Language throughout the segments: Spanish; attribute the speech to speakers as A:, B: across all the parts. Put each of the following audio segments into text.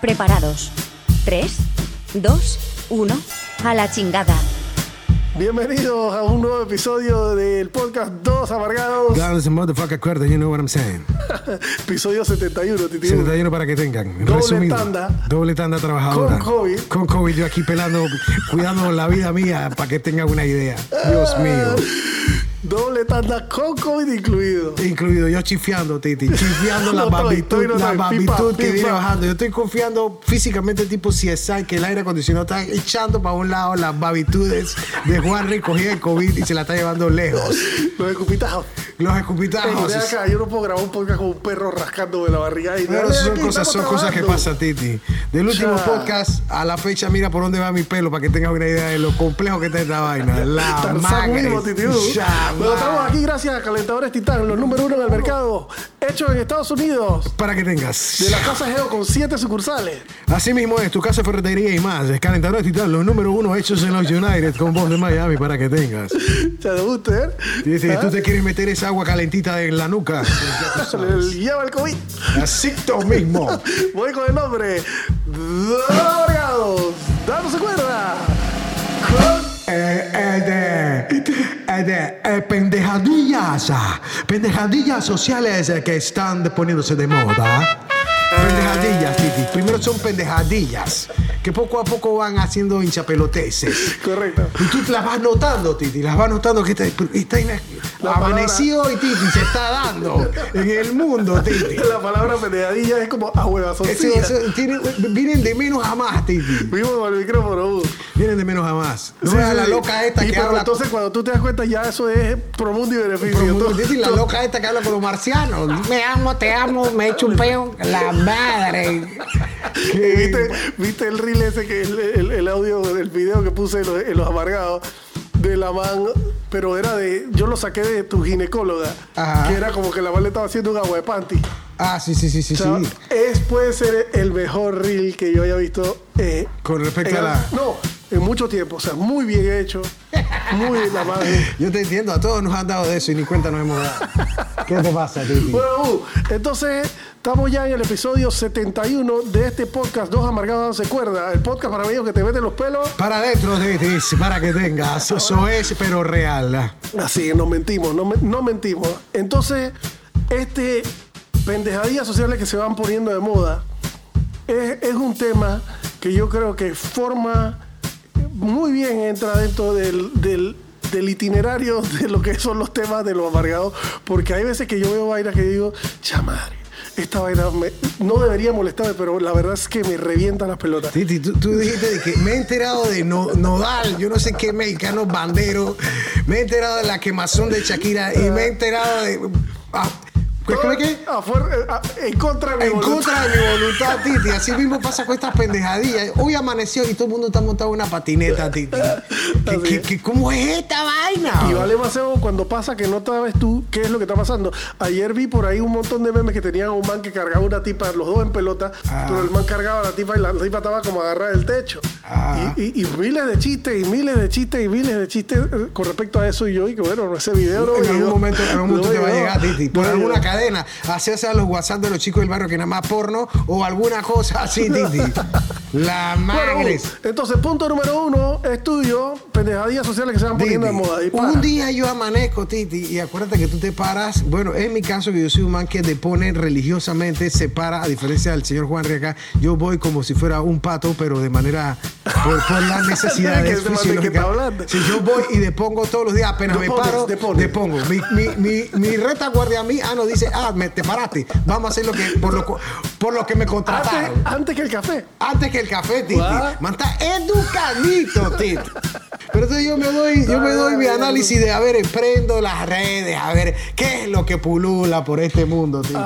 A: Preparados. 3, 2, 1, a la chingada.
B: Bienvenidos a un nuevo episodio del podcast Dos Amargados,
C: Dale motherfucker cuerda, you know what I'm saying.
B: episodio 71, Titi.
C: 71 para que tengan.
B: Doble
C: Resumido.
B: tanda.
C: Doble tanda trabajadora.
B: Con COVID.
C: Con COVID, yo aquí pelando, cuidando la vida mía para que tengan una idea. Dios mío.
B: Doble tanda con COVID incluido.
C: Incluido yo chifiando, Titi. Chifiando la
B: No estoy, estoy,
C: babitud.
B: no estoy.
C: La
B: Pipa,
C: babitud que viene
B: pipa.
C: bajando. Yo estoy confiando físicamente, tipo CSI, que el aire acondicionado está echando para un lado las babitudes de Juan recogida el COVID y se la está llevando lejos.
B: Los escupitajos.
C: Los
B: Ey,
C: escupitajos.
B: ven acá, yo no puedo grabar un podcast con un perro rascándome la barriga. Y
C: Pero
B: dale,
C: son
B: aquí,
C: cosas,
B: estamos
C: son cosas que
B: trabajando.
C: pasan, Titi. Del último
B: Cha.
C: podcast a la fecha, mira por dónde va mi pelo para que tengas una idea de lo complejo que está esta vaina. La
B: Tarzán
C: maga
B: mismo,
C: es-
B: Titi.
C: Ya,
B: Pero estamos
C: man.
B: aquí gracias a Calentadores Titán, los número uno en el mercado, hechos en Estados Unidos,
C: Para que tengas.
B: de la Casa Geo con siete sucursales.
C: Así mismo es, tu casa ferretería y más. Es calentador titán, los número uno hechos en los United con voz de Miami para que tengas.
B: Ya de Buster.
C: Y si
B: ¿Ah?
C: tú te quieres meter esa agua calentita en la nuca,
B: Le lleva el COVID.
C: así tú mismo.
B: Voy con el nombre. Dorgados. Dándose cuerda. Con-
C: Eh, eh, de, eh, de, eh, pendejadillas, ah, pendejadillas sociales eh, que están poniéndose de moda. Pendejadillas, Titi. Primero son pendejadillas, que poco a poco van haciendo hinchapeloteces.
B: Correcto.
C: Y tú las vas notando, Titi, las vas notando que está, está ina-
B: La
C: amanecido y Titi se está dando en el mundo, Titi.
B: La palabra pendejadilla es como ahuevazón.
C: Eso- eso tiene- vienen de menos a más, Titi.
B: Vimos con el micrófono. uh.
C: Vienen de menos a más. No
B: Sí,
C: es a
B: sí,
C: la
B: sí.
C: loca esta
B: Y
C: que
B: pero
C: habla.
B: Entonces, cuando tú te das cuenta, ya eso es promundo y beneficio.
C: Pero muy
B: Tú-
C: difícil, la
B: tú-
C: loca esta que habla con los marcianos. Me amo, te amo, me echo un peo. La madre.
B: Y Eh, ¿Viste, viste el reel ese que el, el- el audio del video que puse en los, en Los amargados de la man, pero era de. Yo lo saqué de tu ginecóloga.
C: Ajá.
B: Que era como que la man le estaba haciendo un agua de panty.
C: Ah, sí, sí, sí, sí,
B: O sea,
C: sí.
B: Es, puede ser el mejor reel que yo haya visto. eh,
C: Con respecto
B: en-
C: a la-
B: No, en mucho tiempo. O sea, muy bien hecho. Muy bien la madre.
C: Yo te entiendo, a todos nos han dado de eso y ni cuenta nos hemos dado. ¿Qué te pasa, Titi?
B: Bueno, uh, entonces estamos ya en el episodio 71 de este podcast Dos Amargados se cuerda. El podcast para ellos que te meten los pelos.
C: Para adentro, Titi, para que tengas. Eso es, pero real.
B: Así, nos mentimos, no, me- no mentimos. Entonces, este pendejadillas sociales que se van poniendo de moda es, es un tema que yo creo que forma muy bien, entra dentro del, del- del itinerario de lo que son los temas de los amargados, porque hay veces que yo veo vainas que digo, "Cha madre, Esta vaina me- no debería molestarme, pero la verdad es que me revientan las pelotas.
C: Titi, tú, tú dijiste de que me he enterado de no- Nodal, yo no sé qué mexicano bandero, me he enterado de la quemazón de Shakira y me he enterado de. ah, ¿Qué qué, qué?
B: A fuer- a- en contra de mi
C: En
B: voluntad.
C: contra de mi voluntad, Titi. Así mismo pasa con estas pendejadillas. Hoy amaneció y todo el mundo está montado en una patineta, Titi. ¿Qué, qué- qué- cómo es esta
B: Y
C: vaina?
B: vale maceo cuando pasa que no sabes tú qué es lo que está pasando. Ayer vi por ahí un montón de memes que tenían a un man que cargaba una tipa, los dos en pelota, pero el man cargaba a la tipa y la tipa estaba como agarrada del techo.
C: Ah.
B: Y, y- y miles de chistes, y miles de chistes, y miles de chistes eh, con respecto a eso. Y yo, y que bueno, ese video no
C: en algún
B: llegó.
C: momento, en algún
B: No
C: momento te va a
B: llegó.
C: llegar, Titi. Por
B: No
C: alguna
B: llegó.
C: cadena. Así sea los WhatsApp de los chicos del barrio que nada más porno o alguna cosa así, Titi. La
B: Bueno,
C: madre.
B: entonces, punto número uno, estudio, pendejadillas sociales que se van poniendo de
C: Titi,
B: moda. Y para.
C: un día yo amanezco, Titi, y acuérdate que tú te paras. Bueno, en mi caso, que yo soy un man que depone religiosamente, se para, a diferencia del señor Juan acá, yo voy como si fuera un pato, pero de manera. por, por las
B: Que
C: necesidades
B: este man de que
C: fisiológicas.
B: está hablando.
C: Si yo voy y depongo todos los días, apenas me
B: Depones,
C: paro,
B: depones.
C: depongo. Mi, mi, mi, mi retaguardia a mí, ah, no, dice, ah, me, te paraste, vamos a hacer lo que, por, lo, cu- por lo que me
B: antes,
C: contrataron.
B: antes que el café.
C: Antes que el café, Titi.
B: Guau.
C: Man, está educadito, Titi. Pero entonces yo me doy, yo me doy mi análisis de, a ver, prendo las redes, a ver, ¿qué es lo que pulula por este mundo, Titi?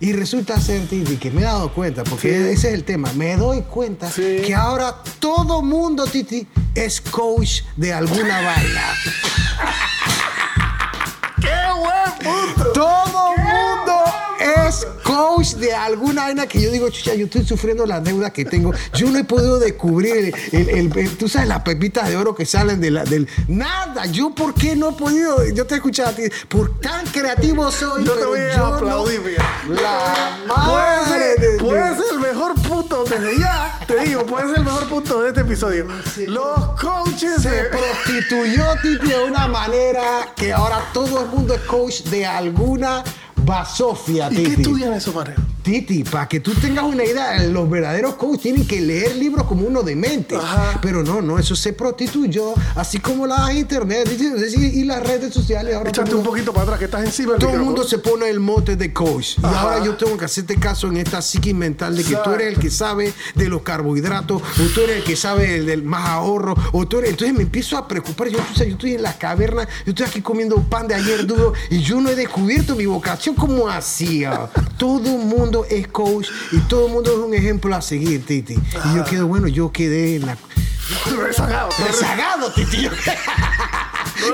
C: Y resulta ser, Titi, que me he dado cuenta, porque ese es el tema, me doy cuenta
B: Sí.
C: que ahora todo mundo, Titi, es coach de alguna vaina. Todo mundo es coach de alguna vaina que yo digo, chucha, yo estoy sufriendo las deudas que tengo. Yo no he podido descubrir, el, el- el- el- tú sabes, las pepitas de oro que salen de la- del... Nada, yo por qué no he podido, yo te escuchaba a ti, por tan creativo soy,
B: Yo te
C: pero
B: voy a
C: yo no-
B: aplaudir, mira.
C: La
B: Puede
C: madre
B: ser,
C: de- de-
B: puede ser el mejor punto desde ya. Te digo, puede ser el mejor punto de este episodio. Los coaches
C: Se
B: de.
C: prostituyó Titi de una manera que ahora todo el mundo es coach de alguna basofia,
B: ¿Y qué
C: Titi.
B: estudian esos manes?
C: Titi, para que tú tengas una idea, los verdaderos coaches tienen que leer libros como uno de mente.
B: Ajá.
C: Pero no, no, eso se prostituyó, así como la internet y, y- y las redes sociales. Ahora
B: Échate un
C: todo el mundo-
B: poquito para atrás que estás encima del
C: todo el mundo
B: micrófono.
C: se pone el mote de coach. Y
B: Ajá.
C: ahora yo tengo que hacerte caso en esta psiquis mental de que tú eres el que sabe de los carbohidratos, o tú eres el que sabe del, del más ahorro, o tú eres. Entonces me empiezo a preocupar. Yo, o sea, yo estoy en las cavernas, yo estoy aquí comiendo pan de ayer duro y yo no he descubierto mi vocación como hacía. Todo el mundo es coach y todo el mundo es un ejemplo a seguir, Titi. Y yo quedo, bueno, yo quedé en la.
B: Rezagado.
C: Rezagado, Titi. Yo-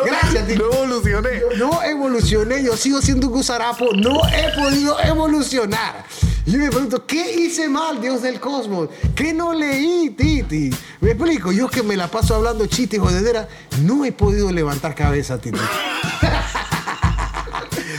C: Gracias, Titi.
B: No evolucioné.
C: Yo no evolucioné, yo sigo siendo un gusarapo, no he podido evolucionar. Yo me pregunto, ¿qué hice mal, Dios del cosmos? ¿Qué no leí, Titi? Me explico, yo que me la paso hablando chistes y jodedera, no he podido levantar cabeza, Titi.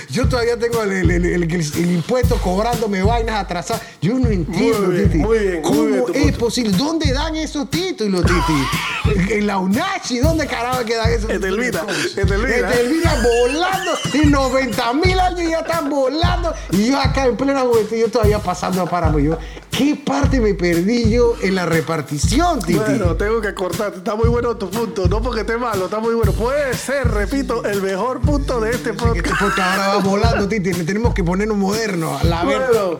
C: Yo todavía tengo el, el- el- el- el impuesto cobrándome vainas atrasadas. Yo no entiendo,
B: bien,
C: Titi.
B: muy bien, muy
C: ¿Cómo
B: bien tu
C: es
B: punto.
C: posible? ¿Dónde dan esos títulos, Titi? En- en la UNACHI, ¿dónde carajo que dan
B: Este
C: esos
B: Etelvina,
C: títulos? Este,
B: Etelvina.
C: Mira, volando. Y 90 mil años ya están volando. Y yo acá en plena juventud, yo todavía pasando a páramo. Yo, ¿qué parte me perdí yo en la repartición, Titi?
B: Bueno, tengo que cortarte. Está muy bueno tu punto. No porque esté malo, está muy bueno. Puede ser, repito, el mejor punto de este
C: Este
B: podcast.
C: podcast ahora va volando, Titi. Le tenemos que poner un moderno. La ver-
B: Bueno,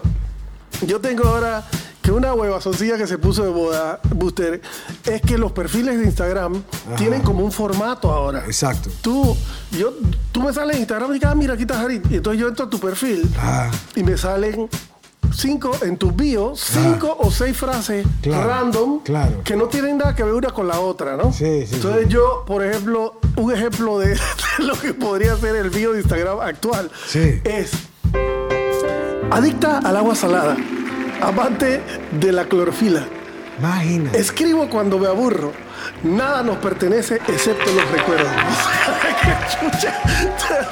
B: yo tengo ahora que una huevazoncilla que se puso de moda, Booster, es que los perfiles de Instagram tienen como un formato ahora.
C: Exacto.
B: Tú, yo, tú me sales en Instagram y dices, ah, mira, aquí está Harit. Y entonces yo entro a tu perfil
C: Ah.
B: y me salen cinco, en tu bio, cinco o seis frases
C: Claro,
B: random
C: claro.
B: que no tienen nada que ver una con la otra, ¿no?
C: Sí, sí,
B: Entonces
C: sí.
B: yo, por ejemplo, un ejemplo de, lo que podría ser el bio de Instagram actual
C: Sí.
B: es adicta al agua salada, amante de la clorofila.
C: Imagina.
B: Escribo cuando me aburro. Nada nos pertenece excepto los recuerdos. ¡Qué chucha!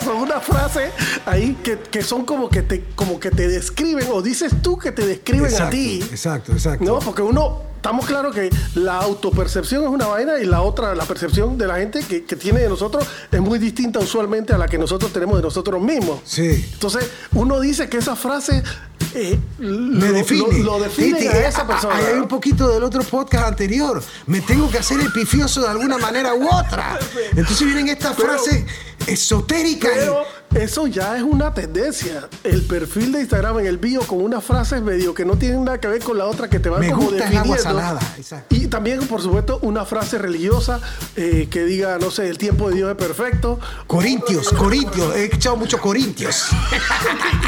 B: son una frase ahí que, que son como que te como que te describen o dices tú que te describen a
C: Exacto,
B: ti.
C: exacto, exacto.
B: No, porque uno estamos claro que la autopercepción es una vaina y la otra la percepción de la gente que, que tiene de nosotros es muy distinta usualmente a la que nosotros tenemos de nosotros mismos.
C: Sí.
B: Entonces, uno dice que esa frase eh,
C: me
B: lo-
C: define.
B: lo, lo define
C: Titi,
B: a esa persona.
C: Ahí hay un poquito del otro podcast anterior. Me tengo que hacer el pifioso de alguna manera u otra. Entonces vienen estas
B: Pero-
C: frases esotéricas.
B: Pero eso ya es una tendencia. El perfil de Instagram en el bio con unas frases medio que no tienen nada que ver con la otra que te van
C: Me
B: como
C: gusta el agua
B: definiendo.
C: salada, exacto.
B: Y también, por supuesto, una frase religiosa eh, que diga, no sé, el tiempo de Dios es perfecto.
C: Corintios, Corintios. He escuchado mucho Corintios.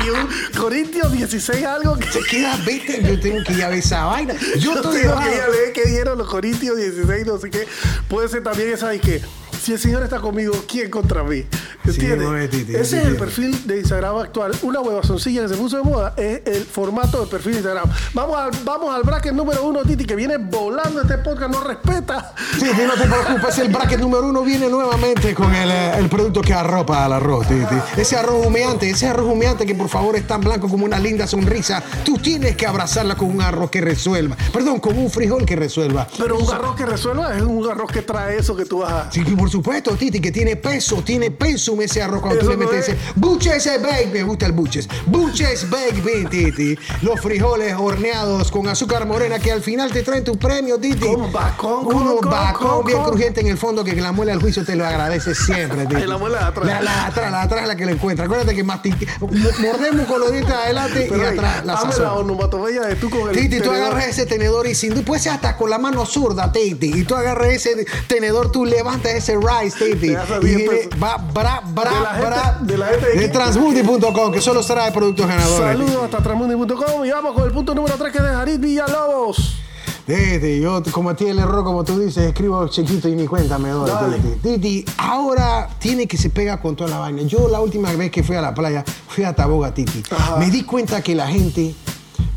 B: y un Corintios 16 algo que...
C: Se queda 20. Yo tengo que ir a ver esa vaina.
B: Yo
C: Yo
B: tengo
C: estoy
B: que ir a
C: enojado.
B: leer qué dieron los Corintios 16, no sé qué. Puede ser también esa de que si el Señor está conmigo, ¿quién contra mí? ¿Entiendes?
C: bueno, Titi, yo
B: Ese
C: te
B: es el
C: entiendo.
B: perfil de Instagram actual. Una huevazoncilla que se puso de moda es el formato del perfil de Instagram. Vamos al, vamos al bracket número uno, Titi, que viene volando este podcast, no respeta.
C: Titi, no te preocupes, el bracket número uno viene nuevamente con el, eh, el producto que arropa al arroz, Titi. Ese arroz humeante, ese arroz humeante que por favor es tan blanco como una linda sonrisa. Tú tienes que abrazarla con un arroz que resuelva. Perdón, con un frijol que resuelva.
B: Pero un arroz que resuelva es un arroz que trae eso que tú vas a...
C: Sí, por supuesto, Titi, que tiene peso, tiene pensum ese arroz cuando tú
B: Eso
C: le
B: no
C: metes
B: es.
C: ese. Buches es baked, me gusta el buches. Buches baked bean, Titi. Los frijoles horneados con azúcar morena que al final te traen tu premio, Titi.
B: Con bacón, con-
C: Uno
B: con-
C: bacón
B: con-
C: bien
B: con-
C: crujiente en el fondo que la muela del juicio te lo agradece siempre, Titi.
B: Y la muela de atrás.
C: La, la de atrás, la de atrás es la que lo encuentra. Acuérdate que mastique. Mordemos con los dientes adelante
B: Pero,
C: y
B: hey,
C: atrás la
B: hazme la
C: sazón.
B: onomatopeya de tú con el...
C: Titi, tú
B: tenedor.
C: agarras ese tenedor y sin puede ser hasta con la mano zurda, Titi, y tú agarras ese tenedor, tú levantas ese Rice, Titi.
B: Te vas a
C: Y
B: 10
C: dile,
B: pesos.
C: va, bra, bra,
B: De la gente-
C: bra,
B: de la gente de
C: de
B: aquí.
C: transmundi.com, que solo trae productos ganadores.
B: Saludos hasta Transmundi.com y vamos con el punto número 3 que es de Jarit Villalobos.
C: Titi, yo cometí el error, este, como tú dices, escribo chiquito y ni cuenta me doy.
B: Dale.
C: Titi. Titi, ahora tiene que se pega con toda la vaina. Yo la última vez que fui a la playa, fui a Taboga, Titi.
B: Ajá.
C: Me di cuenta que la gente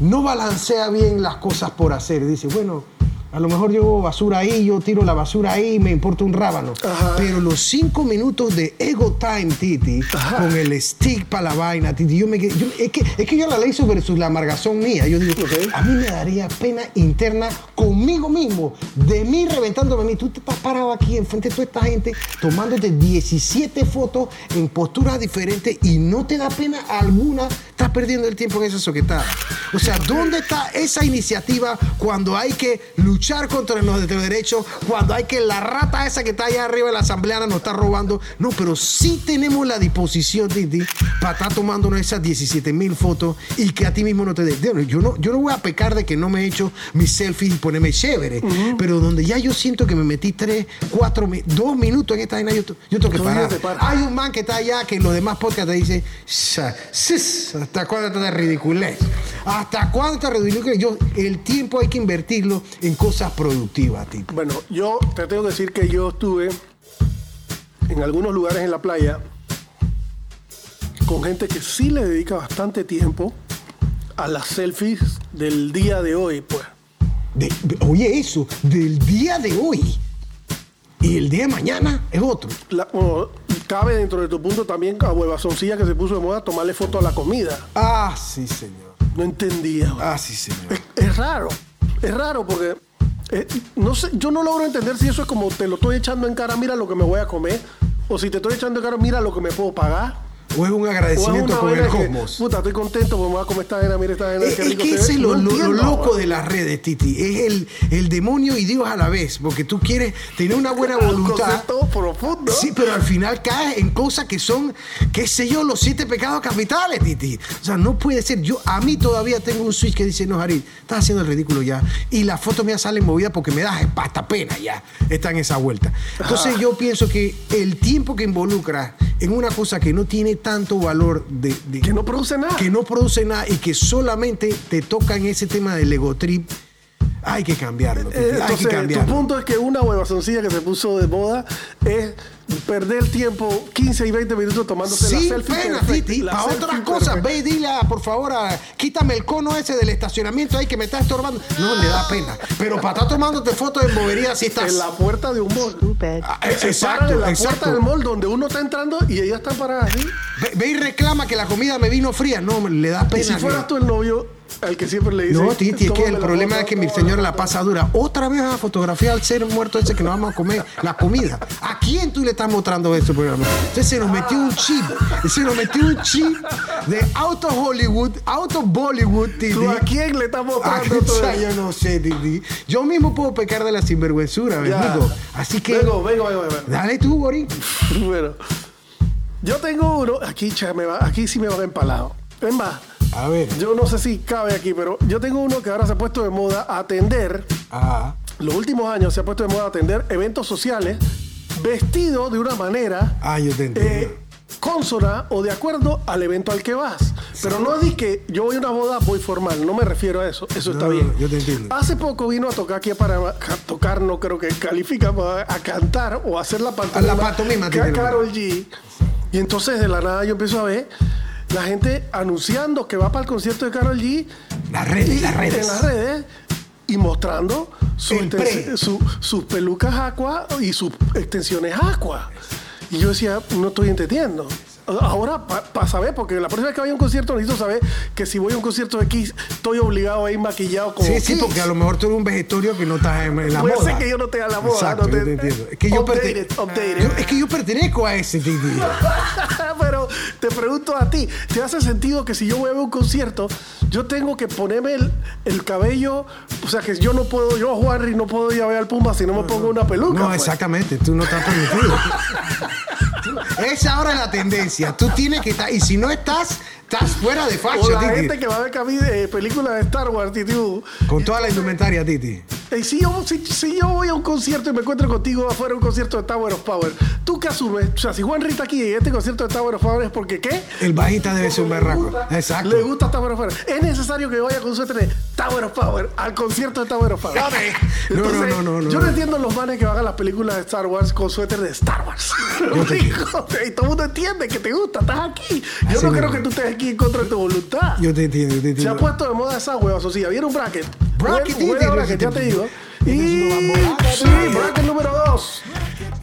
C: no balancea bien las cosas por hacer. Dice, bueno, a lo mejor yo basura ahí, yo tiro la basura ahí, me importa un rábano.
B: Ajá.
C: Pero los cinco minutos de ego time, Titi, con el stick para la vaina, Titi, yo me quedé- yo- es, que, es que yo la ley versus la amargazón mía. Yo digo,
B: Ok.
C: a mí me daría pena interna conmigo mismo, de mí reventándome a mí. Tú te estás parado aquí enfrente de toda esta gente, tomándote 17 fotos en posturas diferentes y no te da pena alguna. Estás perdiendo el tiempo en esa soquetada. O sea, ¿dónde está esa iniciativa cuando hay que luchar contra los derechos, cuando hay que la rata esa que está allá arriba de la asamblea nos está robando? No, pero sí tenemos la disposición, Titi, para estar tomándonos esas 17 mil fotos y que a ti mismo no te des. Bueno, Yo no, yo no voy a pecar de que no me he hecho mis selfies y ponerme chévere, pero donde ya yo siento que me metí 3, 4, 2 minutos en esta vaina, yo, to- yo tengo que
B: Tú
C: parar.
B: ya te paras.
C: Hay un man que está allá que en los demás podcasts te dice, "Sa- sis, ¿hasta cuándo estás de ridiculez? ¿Hasta cuándo estás de ridiculez? Yo, el tiempo hay que invertirlo en cosas productivas, tipo.
B: Bueno, yo te tengo que decir que yo estuve en algunos lugares en la playa con gente que sí le dedica bastante tiempo a las selfies del día de hoy, pues.
C: De- de- oye, eso, del día de hoy y el día de mañana es otro.
B: La- bueno, cabe dentro de tu punto también a huevazoncilla que se puso de moda tomarle foto a la comida.
C: Ah, sí, señor.
B: No entendía. güey.
C: Ah, sí, señor.
B: Es, es raro. Es raro porque eh, no sé, yo no logro entender si eso es como te lo estoy echando en cara, mira lo que me voy a comer, o si te estoy echando en cara, mira lo que me puedo pagar.
C: O es un
B: O es
C: agradecimiento
B: una
C: con
B: vaina
C: el
B: que,
C: cosmos.
B: Puta, estoy contento porque me voy a comer esta vaina, mira esta vaina.
C: Es,
B: qué
C: es
B: rico
C: que
B: se ve.
C: ese es lo,
B: No
C: lo- lo
B: entiendo,
C: loco
B: güey.
C: de las redes, Titi. Es el, el demonio y Dios a la vez, porque tú quieres tener una buena
B: Un
C: voluntad.
B: concepto profundo.
C: Sí, pero al final caes en cosas que son, qué sé yo, los siete pecados capitales, Titi. O sea, no puede ser. Yo, a mí todavía tengo un switch que dice, no, Jarid, estás haciendo el ridículo ya. Y las fotos mías salen movidas porque me das hasta pena ya. Está en esa vuelta. Entonces
B: Ah.
C: yo pienso que el tiempo que involucras en una cosa que no tiene tanto valor de... de-
B: que no produce nada.
C: que no produce nada y que solamente te tocan ese tema del ego trip, hay que cambiarlo. Titi,
B: Eh,
C: hay que
B: Entonces, tu
C: cambiarlo.
B: punto es que una huevazoncilla que se puso de moda es perder tiempo 15 y 20 minutos tomándose la
C: Sin
B: selfie.
C: pena,
B: perfecta,
C: Titi.
B: la
C: Para
B: selfie
C: otras cosas,
B: perfecta.
C: ve y dile, a- por favor, a- quítame el cono ese del estacionamiento ahí que me está estorbando. No, le da pena. Pero para estar tomándote fotos en bobería, sí estás.
B: En la puerta de un mall.
C: Ah,
B: Se paran en la puerta del mall donde uno está entrando y ella está parada así.
C: Ve, ve y reclama que la comida me vino fría. No, hombre, le da pena.
B: Y si fueras tú el novio al que siempre le dices.
C: No, Titi, es que
B: "Tómame
C: el
B: la
C: problema
B: foto,
C: es que mi
B: tómame
C: señora la
B: foto".
C: pasa dura. Otra vez a fotografiar al ser muerto ese que nos vamos a comer, la comida. ¿A quién tú le estás mostrando este programa? Entonces se nos metió un chip, se nos metió un chip de auto Hollywood, auto Bollywood, Titi.
B: ¿Tú a quién le estás
C: Ah,
B: mostrando
C: o
B: todo
C: sea,
B: eso?
C: yo no sé, Titi. Yo mismo puedo pecar de la sinvergüenzura,
B: Ya.
C: bendito. Así que,
B: Vengo, vengo, vengo, vengo.
C: dale tú, Borín.
B: Bueno, yo tengo uno. Aquí, cha, me va, aquí sí me va empalado. Es más,
C: A ver.
B: yo no sé si cabe aquí, pero yo tengo uno que ahora se ha puesto de moda atender.
C: Ajá.
B: Los últimos años se ha puesto de moda atender eventos sociales vestido de una manera
C: Ah, yo te entiendo.
B: eh, consona o de acuerdo al evento al que vas. Pero no es que yo voy a una boda, voy formal. No me refiero a eso. Eso
C: No,
B: está bien. Ah,
C: yo te entiendo.
B: Hace poco vino a tocar aquí para tocar, no creo que califica, a, a cantar o a hacer la pantomima.
C: pantomima,
B: que a
C: te quiero.
B: Karol G. Y entonces de la nada yo empiezo a ver la gente anunciando que va para el concierto de Karol G
C: Las redes, las redes.
B: en las redes y mostrando su
C: El
B: extens-
C: pre.
B: su- sus pelucas aqua y sus extensiones aqua. Y yo decía, no estoy entendiendo. Ahora, para saber, porque la próxima vez que vaya a un concierto necesito saber que si voy a un concierto de Kiss, estoy obligado a ir maquillado como
C: Sí, sí,
B: Kiss.
C: porque a lo mejor tú eres un vegetorio que no estás en, en la
B: Puede
C: moda.
B: ser que yo no esté a la moda,
C: Exacto,
B: no te-
C: yo te entiendo. Es que yo,
B: Updated,
C: perte-
B: updated.
C: Yo- es que yo pertenezco a ese Titi.
B: Pero te pregunto a ti, ¿te hace sentido que si yo voy a ver un concierto, yo tengo que ponerme el, el cabello? O sea, que yo no puedo, yo, Juanri, no puedo ir a ver al Pumba si no me pongo una peluca.
C: No,
B: pues.
C: exactamente, tú no estás permitido. Esa ahora es la tendencia. Tú tienes que estar, y si no estás, estás fuera de
B: O
C: facho,
B: la
C: Titi.
B: gente que va a ver cami- eh, películas de Star Wars, Titi.
C: Con toda la indumentaria, Titi.
B: Eh, si, yo, si- si yo voy a un concierto y me encuentro contigo afuera de un concierto de Tower of Power, ¿tú qué asumes? O sea, si Juan Rita aquí y este concierto de Tower of Power es porque qué?
C: El bajista debe ser un berraco. Exacto.
B: Le gusta Tower of Power. Es necesario que vaya con suerte de Tower of Power al concierto de Tower of Power.
C: No, no,
B: Entonces,
C: no, no, no,
B: Yo
C: no.
B: no entiendo los manes que van a las películas de Star Wars con suéter de Star Wars. Hijo de- y todo el mundo entiende que te gusta, estás aquí. Yo
C: Así
B: no
C: mismo.
B: creo que tú estés aquí en contra de tu voluntad.
C: Yo te entiendo, yo te
B: Se ha
C: entiendo.
B: puesto de moda esa hueva, o sea, viene un bracket. Huele- huele
C: Bracket,
B: a
C: títere,
B: bracket, ya te
C: títere.
B: digo.
C: Entonces,
B: Y
C: no va a volar.
B: sí, bracket número 2.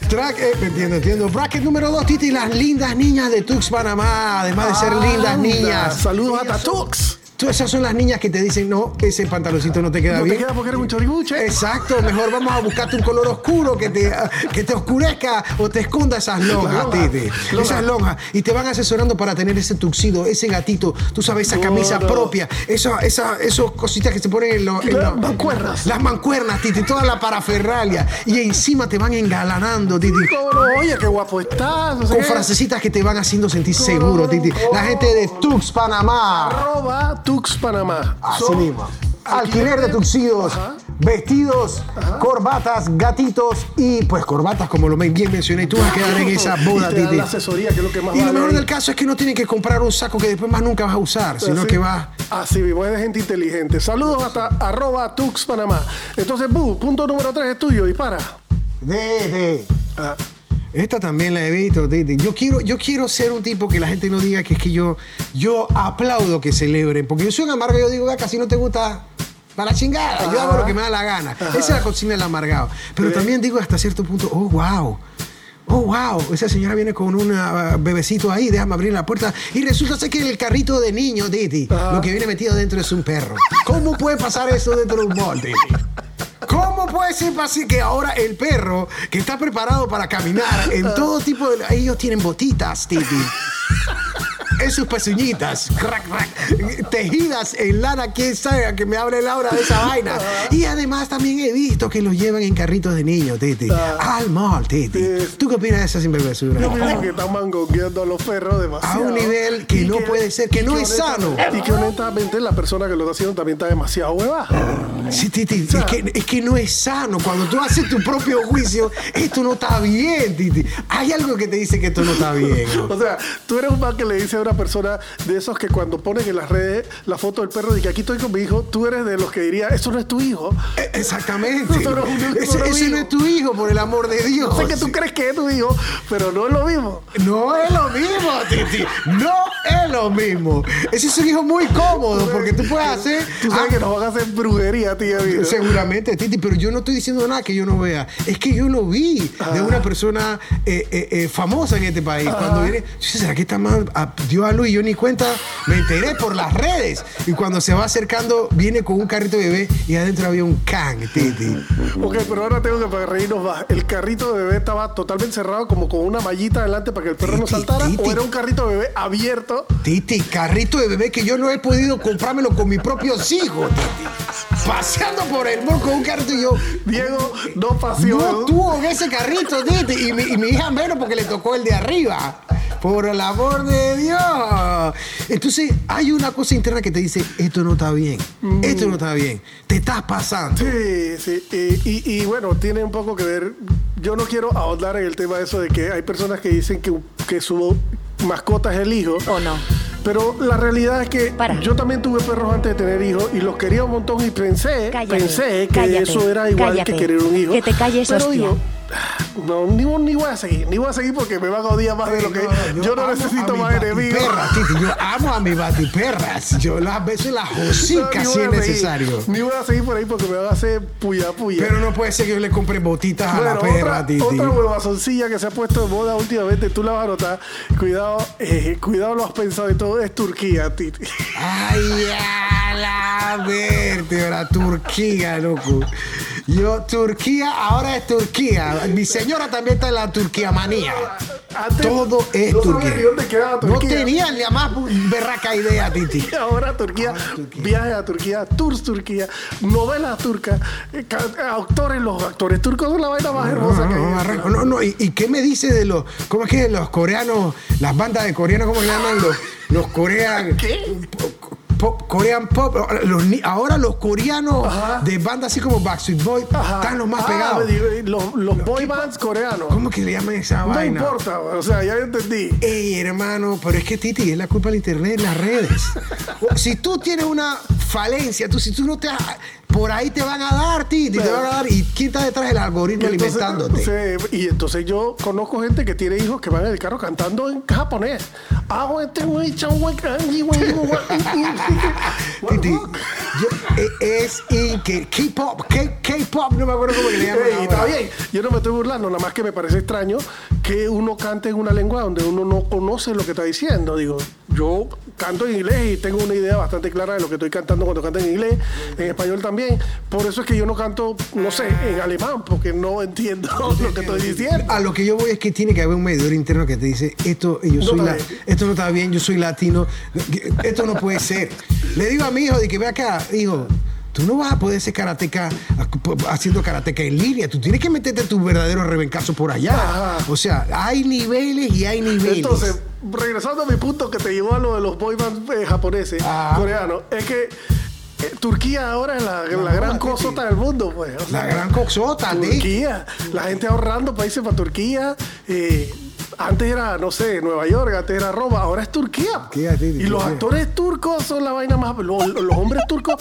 C: Track, eh, me entiendo, entiendo. Bracket número 2, Titi, las lindas niñas de Tux Panamá. Además de ser lindas niñas.
B: Saludos a Tatux.
C: Tú, esas son las niñas que te dicen, no, ese pantaloncito no te queda
B: No te
C: bien.
B: queda porque eres un
C: Eh,
B: choribuche.
C: Exacto, mejor vamos a buscarte un color oscuro que te, que te oscurezca o te esconda esas lonjas,
B: lonja,
C: Titi.
B: lonja.
C: Esas lonjas. Y te van asesorando para tener ese tuxido, ese gatito, tú sabes, esa camisa
B: Claro.
C: propia, esas esa, esos cositas que se ponen en los. en
B: Las
C: los-
B: mancuernas.
C: Las mancuernas, Titi, toda la paraferralia. Y encima te van engalanando, Titi.
B: ¿Cómo no? Oye, qué guapo estás. no sé
C: Con
B: qué.
C: frasecitas que te van haciendo sentir seguro, Titi. La gente de Tux Panamá.
B: Arroba Tux Panamá.
C: Así
B: Son
C: mismo. Alquiler de tuxidos,
B: Ajá.
C: vestidos, corbatas, gatitos y pues corbatas, como lo men- bien mencioné, y tú vas a quedar en esa boda,
B: Y te dan
C: Titi.
B: la asesoría, que es lo que más
C: Y lo
B: vale
C: mejor
B: ahí.
C: del caso es que no tienen que comprar un saco que después más nunca vas a usar, sino
B: Así-
C: que vas.
B: Así mismo, es de gente inteligente. Saludos hasta arroba Tux Panamá. Entonces, bu, punto número 3 es tuyo, dispara.
C: De,
B: Ah,
C: Esta también la he visto, Titi. Yo quiero, yo quiero ser un tipo que la gente no diga que es que yo, yo aplaudo que celebren. Porque yo soy un amargo, yo digo, acá si no te gusta, para la chingada. Yo hago lo que me da la gana. Esa es la cocina del amargado. Pero también digo hasta cierto punto, oh, wow. Oh, wow, esa señora viene con un bebecito ahí, déjame abrir la puerta. Y resulta ser que el carrito de niño, Titi, lo que viene metido dentro es un perro. ¿Cómo puede pasar eso dentro de un mall, Titi? ¿Cómo puede ser así que ahora el perro que está preparado para caminar en todo tipo de... Ellos tienen botitas, Titi. En sus pezuñitas, crac, crac, tejidas en lana, quién sabe, a que me abre Laura de esa vaina. Y además también he visto que los llevan en carritos de niños, Titi. Al mall, Titi.
B: Yes.
C: ¿Tú qué opinas de esa sinvergüenzura?
B: Yo pienso que están mangongueando a los perros demasiado.
C: A un nivel que
B: Y
C: no puede ser, que
B: y
C: no es
B: honesta-
C: sano.
B: Y que honestamente la persona que lo está haciendo también está demasiado hueva.
C: Sí, Titi, es que, es que no es sano. Cuando tú haces tu propio juicio, esto no está bien, Titi. Hay algo que te dice que esto no está bien. ¿no?
B: O sea, tú eres un man que le dice a una persona de esos que cuando ponen en las redes la foto del perro de que aquí estoy con mi hijo, tú eres de los que diría, eso no es tu hijo.
C: E- Exactamente.
B: Eso no- no- no
C: ese
B: lo
C: ese
B: digo.
C: no es tu hijo, por el amor de Dios.
B: Sé que tú crees que es tu hijo, pero no es lo mismo.
C: No es lo mismo, Titi. No es lo mismo. Ese es un hijo muy cómodo porque tú puedes hacer.
B: Tú sabes
C: Ah,
B: que nos van a hacer brujería, tía. vida.
C: Seguramente, Titi, pero yo no estoy diciendo nada que yo no vea. Es que yo lo vi de
B: Ah.
C: una persona eh, eh, eh, famosa en este país. Cuando viene, yo decía, ¿será que esta man a- dio a luz? Y yo ni cuenta, me enteré por las redes. Y cuando se va acercando, viene con un carrito de bebé y adentro había un can, Titi.
B: Ok, pero ahora tengo que para reírnos más. ¿El carrito de bebé estaba totalmente cerrado, como con una mallita delante para que el perro no
C: Titi,
B: saltara?
C: titi.
B: ¿O era un carrito de bebé abierto?
C: Titi, carrito de bebé que yo no he podido comprármelo con mis propios hijos, Titi. Paseando por el mall con un carrito y yo,
B: Diego, no pasión.
C: No tuvo en ese carrito, Titi. Y mi, y mi hija menos porque le tocó el de arriba. Por el amor de Dios. Entonces, hay una cosa interna que te dice: esto no está bien.
B: Mm.
C: Esto no está bien. Te estás pasando.
B: Sí, sí. Y, y- y bueno, tiene un poco que ver. Yo no quiero ahondar en el tema de eso de que hay personas que dicen que, que su mascota es el hijo.
A: ¿O no?
B: Pero la realidad es que
A: Para.
B: yo también tuve perros antes de tener hijos y los quería un montón y pensé,
A: Cállate,
B: pensé que
A: cállate,
B: eso era igual
A: cállate.
B: que querer un hivo.
A: Que te calles,
B: Pero
A: hostia.
B: digo, no, ni, ni voy a seguir, ni voy a seguir porque me van a odiar
C: Ah,
B: más de lo que yo, no
C: amo a
B: necesito
C: mis
B: más enemigos.
C: batiperras, Titi. Yo amo a mis batiperras. Yo las beso y las
B: No,
C: hocico
B: ni
C: si
B: voy
C: es
B: a seguir,
C: necesario.
B: Ni voy a seguir por ahí porque me van a hacer puya puya.
C: Pero ah, no puede ser que yo le compre botitas a la
B: Bueno,
C: perra,
B: otra,
C: Titi.
B: otra huevazoncilla que se ha puesto de moda últimamente, tú la vas a notar. Cuidado, eh, cuidado, lo has pensado y todo, es Turquía, Titi.
C: Ay, a la vértebra, Turquía, loco. Yo, Turquía, ahora es Turquía. Mi señora también está en la Turquía manía.
B: Antes
C: Todo es
B: no sabía
C: Turquía.
B: ni dónde quedaba
C: No
B: Turquía.
C: tenía ni la más berraca idea, Titi.
B: Y ahora Turquía,
C: Ah,
B: viajes a Turquía, tours Turquía, novelas turcas, eh, ca- actores, los actores turcos son la vaina más hermosa que
C: No, no,
B: hay.
C: arranco. No, no, ¿y, y qué me dice de los. ¿Cómo es que los coreanos, las bandas de coreanos, ¿cómo le llaman? Los, los coreanos.
B: ¿Qué?
C: pop, Korean pop. Los ni- ahora los coreanos
B: Ajá.
C: de bandas así como Backstreet Boy
B: Ajá.
C: están los más
B: Ah,
C: pegados.
B: me digo, y Los, los boy bands coreanos.
C: ¿Cómo que le llaman esa
B: No
C: vaina?
B: importa, o sea, ya yo entendí.
C: Ey, hermano, pero es que Titi es la culpa del internet, las redes. O- si tú tienes una falencia, tú si tú no te ha- por ahí te van a dar, Titi, te
B: Pero-
C: van a dar y quién está detrás del algoritmo
B: entonces,
C: alimentándote.
B: sí, y entonces yo conozco gente que tiene hijos que van en el carro cantando en japonés. Ah, güey, este güey, chan, güey, can, y güey, y güey, y- y-
C: Titi,
B: Ey,
C: yo- e- es increíble. K-pop, K- K-pop, no me acuerdo cómo que le llaman.
B: está
C: ahora.
B: bien. Yo no me estoy burlando, nada más que me parece extraño que uno cante en una lengua donde uno no conoce lo que está diciendo. Digo, yo canto en inglés y tengo una idea bastante clara de lo que estoy cantando cuando canto en inglés, en español también. Por eso es que yo no canto, no sé, en alemán, porque no entiendo lo que estoy diciendo.
C: A lo que yo voy es que tiene que haber un medidor interno que te dice esto eh, yo soy
B: está
C: la-
B: bien.
C: esto no está bien, yo soy latino, esto no puede ser. Le digo a mi hijo de que ve acá, hijo, tú no vas a poder ser karateca a- haciendo karateca en línea, tú tienes que meterte tu verdadero rebencazo por allá.
B: Ajá.
C: O sea, hay niveles y hay niveles.
B: Ah. Entonces, regresando a mi punto que te llevó a lo de los boy bands eh, japoneses,
C: Ajá.
B: coreanos, es que eh, Turquía ahora es la, la
C: joda,
B: gran
C: Titi.
B: cosota del mundo, pues. O
C: la
B: sea,
C: gran coxota, ¿eh?
B: Turquía, la gente ahorrando países para Turquía. eh, antes era, no sé, Nueva York, antes era Roma, ahora es Turquía.
C: Turquía, Titi,
B: y los
C: Turquía.
B: actores turcos son la vaina más. Los, los hombres turcos,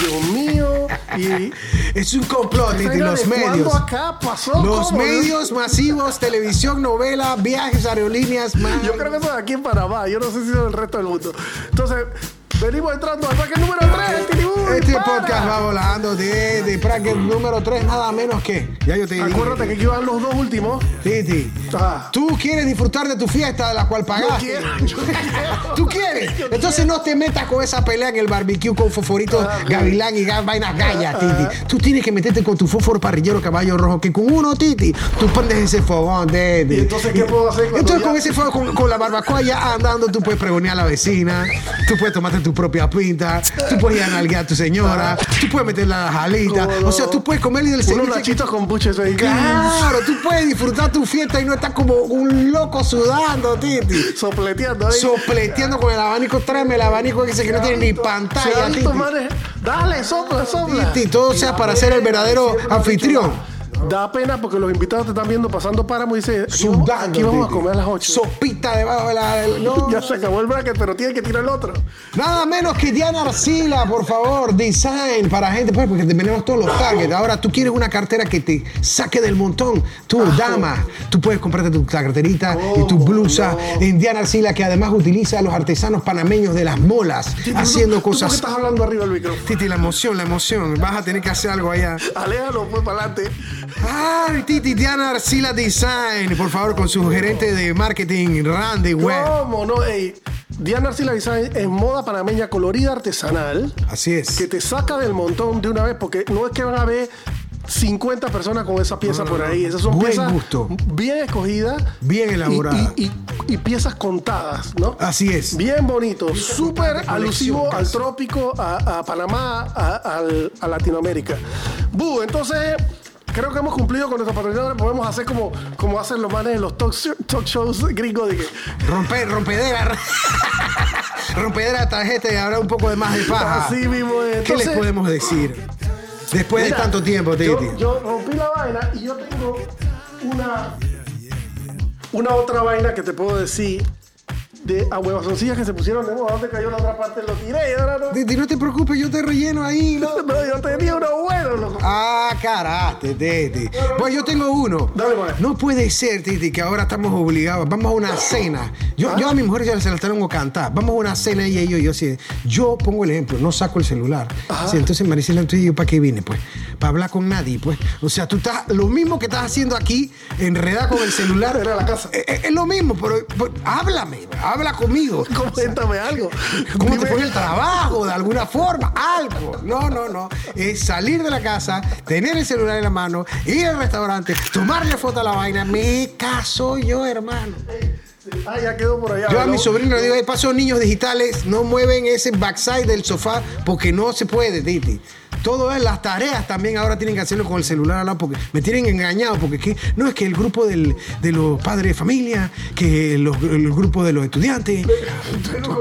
B: Dios mío. Y.
C: Es un complot entre
B: Venga,
C: los
B: ¿de cuándo
C: medios.
B: acá pasó?
C: Los
B: Oh, ¿Cómo?
C: medios masivos, televisión, novela, viajes, aerolíneas, man.
B: Yo creo que eso es aquí en Panamá, yo no sé si es en el resto del mundo. Entonces, venimos entrando al parque número 3, Titibú.
C: Este podcast va volando de, de Prague número 3, nada menos que. Ya yo te dije.
B: Acuérdate que aquí van los dos últimos.
C: Titi,
B: Ah.
C: tú quieres disfrutar de tu fiesta de la cual pagaste.
B: Yo quiero, yo quiero.
C: ¿Tú quieres?
B: Yo
C: Entonces no te metas con esa pelea en el barbecue con fosforito,
B: Ah,
C: gavilán y ga- vainas gallas, Titi. Tú tienes que meterte con tu fósforo parrillero caballo rojo, que con uno, Titi, tú prendes ese fogón, Titi.
B: ¿Y entonces qué puedo hacer cuando
C: Entonces
B: ya-
C: con ese fuego, con, con la barbacoa ya andando, tú puedes pregonear a la vecina, tú puedes tomarte tu propia pinta, tú puedes ir a nalguear a tu señora, tú puedes meterle a la jalita.
B: Como
C: O sea,
B: lo-
C: tú puedes comerle del
B: Unos
C: ceviche. que-
B: nachitos con buches ahí.
C: Claro, tú puedes disfrutar tu fiesta y no estás como un loco sudando, Titi.
B: Sopleteando ahí.
C: Sopleteando con el abanico, tráeme el abanico ese que no tiene ni pantalla,
B: Sean
C: Titi.
B: estos manes- Dale, sopla, sopla.
C: Titi, todo sea para ser el verdadero anfitrión.
B: Da pena porque los invitados te están viendo pasando páramo y dicen, aquí vamos-
C: Sudando.
B: aquí vamos a
C: Titi.
B: comer a las 8.
C: Sopita debajo de la. del- no.
B: Ya se acabó el bracket, pero tiene que tirar el otro.
C: Nada menos que Diana Arcila, por favor, design para gente, pues, porque tenemos todos los targets. Ahora tú quieres una cartera que te saque del montón. Tú, dama, tú puedes comprarte tu carterita y tu blusa en Diana Arcila, que además utiliza a los artesanos panameños de las molas,
B: ¿Tú-
C: haciendo
B: tú por qué
C: cosas.
B: estás hablando arriba del micrófono?
C: Titi, la emoción, la emoción. Vas a tener que hacer algo allá.
B: Aléjalo, pues, para adelante.
C: Ay, Titi, Diana Arcila Design, por favor, con su gerente de marketing, Randy Webb.
B: ¿Cómo no? Ey, Diana Arcila Design es moda panameña colorida artesanal
C: Así es.
B: que te saca del montón de una vez porque no es que van a ver 50 personas con esa pieza por ahí. Esas son
C: Buen
B: piezas
C: gusto.
B: bien escogidas.
C: Bien
B: y-
C: elaboradas.
B: Y, y- y piezas contadas, ¿no?
C: Así es.
B: Bien bonito.
C: contadas
B: Súper
C: de colección,
B: alusivo al
C: casi.
B: trópico, a, a Panamá, a, al- a Latinoamérica. Bu, entonces... Creo que hemos cumplido con nuestros patrocinadores. Podemos hacer como, como hacen los manes en los talk, talk shows gringos. De que,
C: Rompe, rompedera. rompedera de tarjeta y habrá un poco de más de paja.
B: Así mismo es.
C: ¿Qué les
B: Entonces-
C: podemos decir? Después
B: Mira,
C: de tanto tiempo, Titi.
B: Yo, yo rompí la vaina y yo tengo una. Una otra vaina que te puedo decir de a huevazoncillas que se pusieron de moda. ¿Dónde cayó la otra parte? Lo tiré y ahora no.
C: Titi, no te preocupes, yo te relleno ahí. ¿no?
B: No, yo tenía uno bueno, loco.
C: Ah, caraste, Titi. Pues yo tengo uno.
B: Dale, pues.
C: No puede ser, Titi, que ahora estamos obligados. Vamos a una cena. Yo, yo a mi mujer ya se la tengo que cantar. Vamos a una cena ella y yo. Yo, así, yo pongo el ejemplo, no saco el celular. Sí, entonces, Maricela, entonces yo, ¿para qué vine? Pues, para hablar con nadie, pues. O sea, tú estás, lo mismo que estás haciendo aquí, enredada con el celular.
B: Era la casa.
C: Eh, eh, Es, lo mismo, pero, pero háblame, habla conmigo.
B: Coméntame algo.
C: ¿Cómo
B: Dime-
C: te fue en el trabajo? De alguna forma, algo. No, no, no. Es salir de la casa, tener el celular en la mano, ir al restaurante, tomarle foto a la vaina. Me caso yo, hermano.
B: Ah, ya quedó por allá.
C: Yo a
B: ¿no?
C: mi sobrino le digo, "Ey, paso niños digitales, no mueven ese backside del sofá porque no se puede, Titi. Todo es, las tareas también ahora tienen que hacerlo con el celular al lado porque me tienen engañado porque es que, no es que el grupo del- de los padres de familia, que los- el grupo de los estudiantes,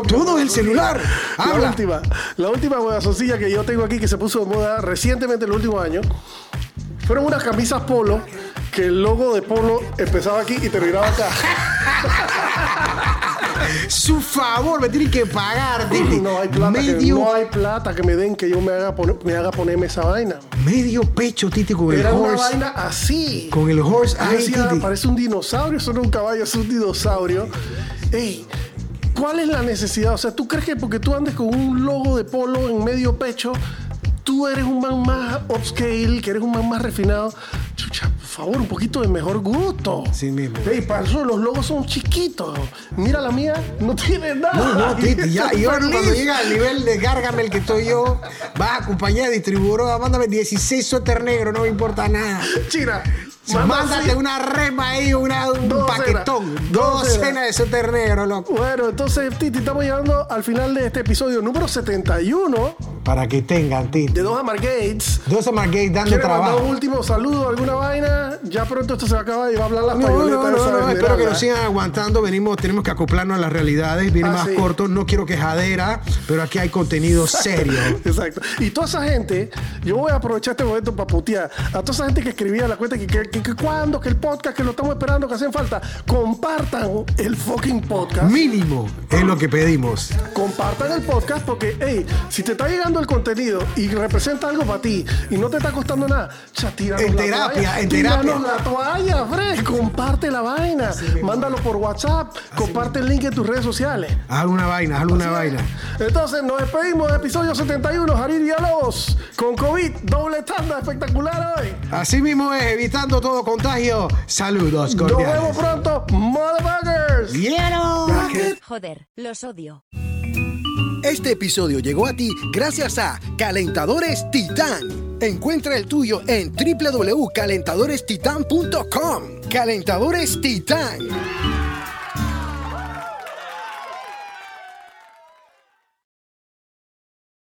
C: todo es el celular.
B: La
C: Habla.
B: última, la última huevazoncilla que yo tengo aquí que se puso de moda recientemente en el último año fueron unas camisas polo que el logo de polo empezaba aquí y terminaba acá.
C: Su favor, me tienen que pagar, Titi.
B: No hay plata, que,
C: medio,
B: no hay plata que me den que yo me haga, poner- me haga ponerme esa vaina.
C: medio pecho, Titi, con el
B: Era una
C: horse.
B: vaina así.
C: Con el horse.
B: Yo
C: Ay,
B: decía,
C: Titi.
B: parece un dinosaurio, eso no es un caballo, es un dinosaurio. Ey, ¿cuál es la necesidad? O sea, ¿tú crees que porque tú andes con un logo de polo en medio pecho, tú eres un man más upscale, que eres un man más refinado? Chucha, por favor, un poquito de mejor gusto.
C: Sí mismo.
B: Ey, para eso los logos son chiquitos. Mira la mía, no tiene nada.
C: No, no, Titi, ya. Y ahora cuando
B: Feliz.
C: llega al nivel de Gargamel que estoy yo, vas a acompañar a distribuidora, mándame 16 suéter negro, no me importa nada.
B: China,
C: Mándate
B: así.
C: una rema ahí, una, un
B: Docena.
C: paquetón,
B: Docena.
C: docena de suéter negro, loco.
B: Bueno, entonces, Titi, estamos llegando al final de este episodio número 71
C: Para que tengan, Titi.
B: de Dos Amar Gates.
C: Dos Margate dando
B: ¿Quieres mandar un
C: trabajo.
B: último saludo, alguna vaina? Ya pronto esto se va a acabar y va a hablar la
C: No, no, no, no, no, espero que nos
B: sea.
C: sigan aguantando. Venimos, tenemos que acoplarnos a las realidades. Viene
B: Ah,
C: más
B: sí.
C: corto, no quiero quejadera, pero aquí hay contenido serio.
B: Exacto. Y toda esa gente, yo voy a aprovechar este momento para putear a toda esa gente que escribía en la cuenta que, que, que, que cuando, que el podcast, que lo estamos esperando, que hacen falta. Compartan el fucking podcast.
C: Mínimo es lo que pedimos.
B: Compartan el podcast porque, hey, si te está llegando el contenido y representa algo para ti y no te está costando nada, ya tíranos
C: En
B: la
C: terapia,
B: toalla.
C: en
B: Tíranos
C: terapia.
B: la toalla, Fred. Comparte la vaina. Mándalo por WhatsApp. comparte el link en tus redes sociales.
C: Haz una vaina, haz una vaina.
B: Entonces nos despedimos del episodio 71, Javier Villalobos, con COVID, doble tanda espectacular hoy.
C: Así mismo es, evitando todo contagio. Saludos
B: Nos vemos
C: cordiales.
B: pronto, motherfuckers.
C: ¡Vieron!
A: Joder, los odio.
D: Este episodio llegó a ti gracias a Calentadores Titán. Encuentra el tuyo en www.calentadorestitan.com. Calentadores Titán.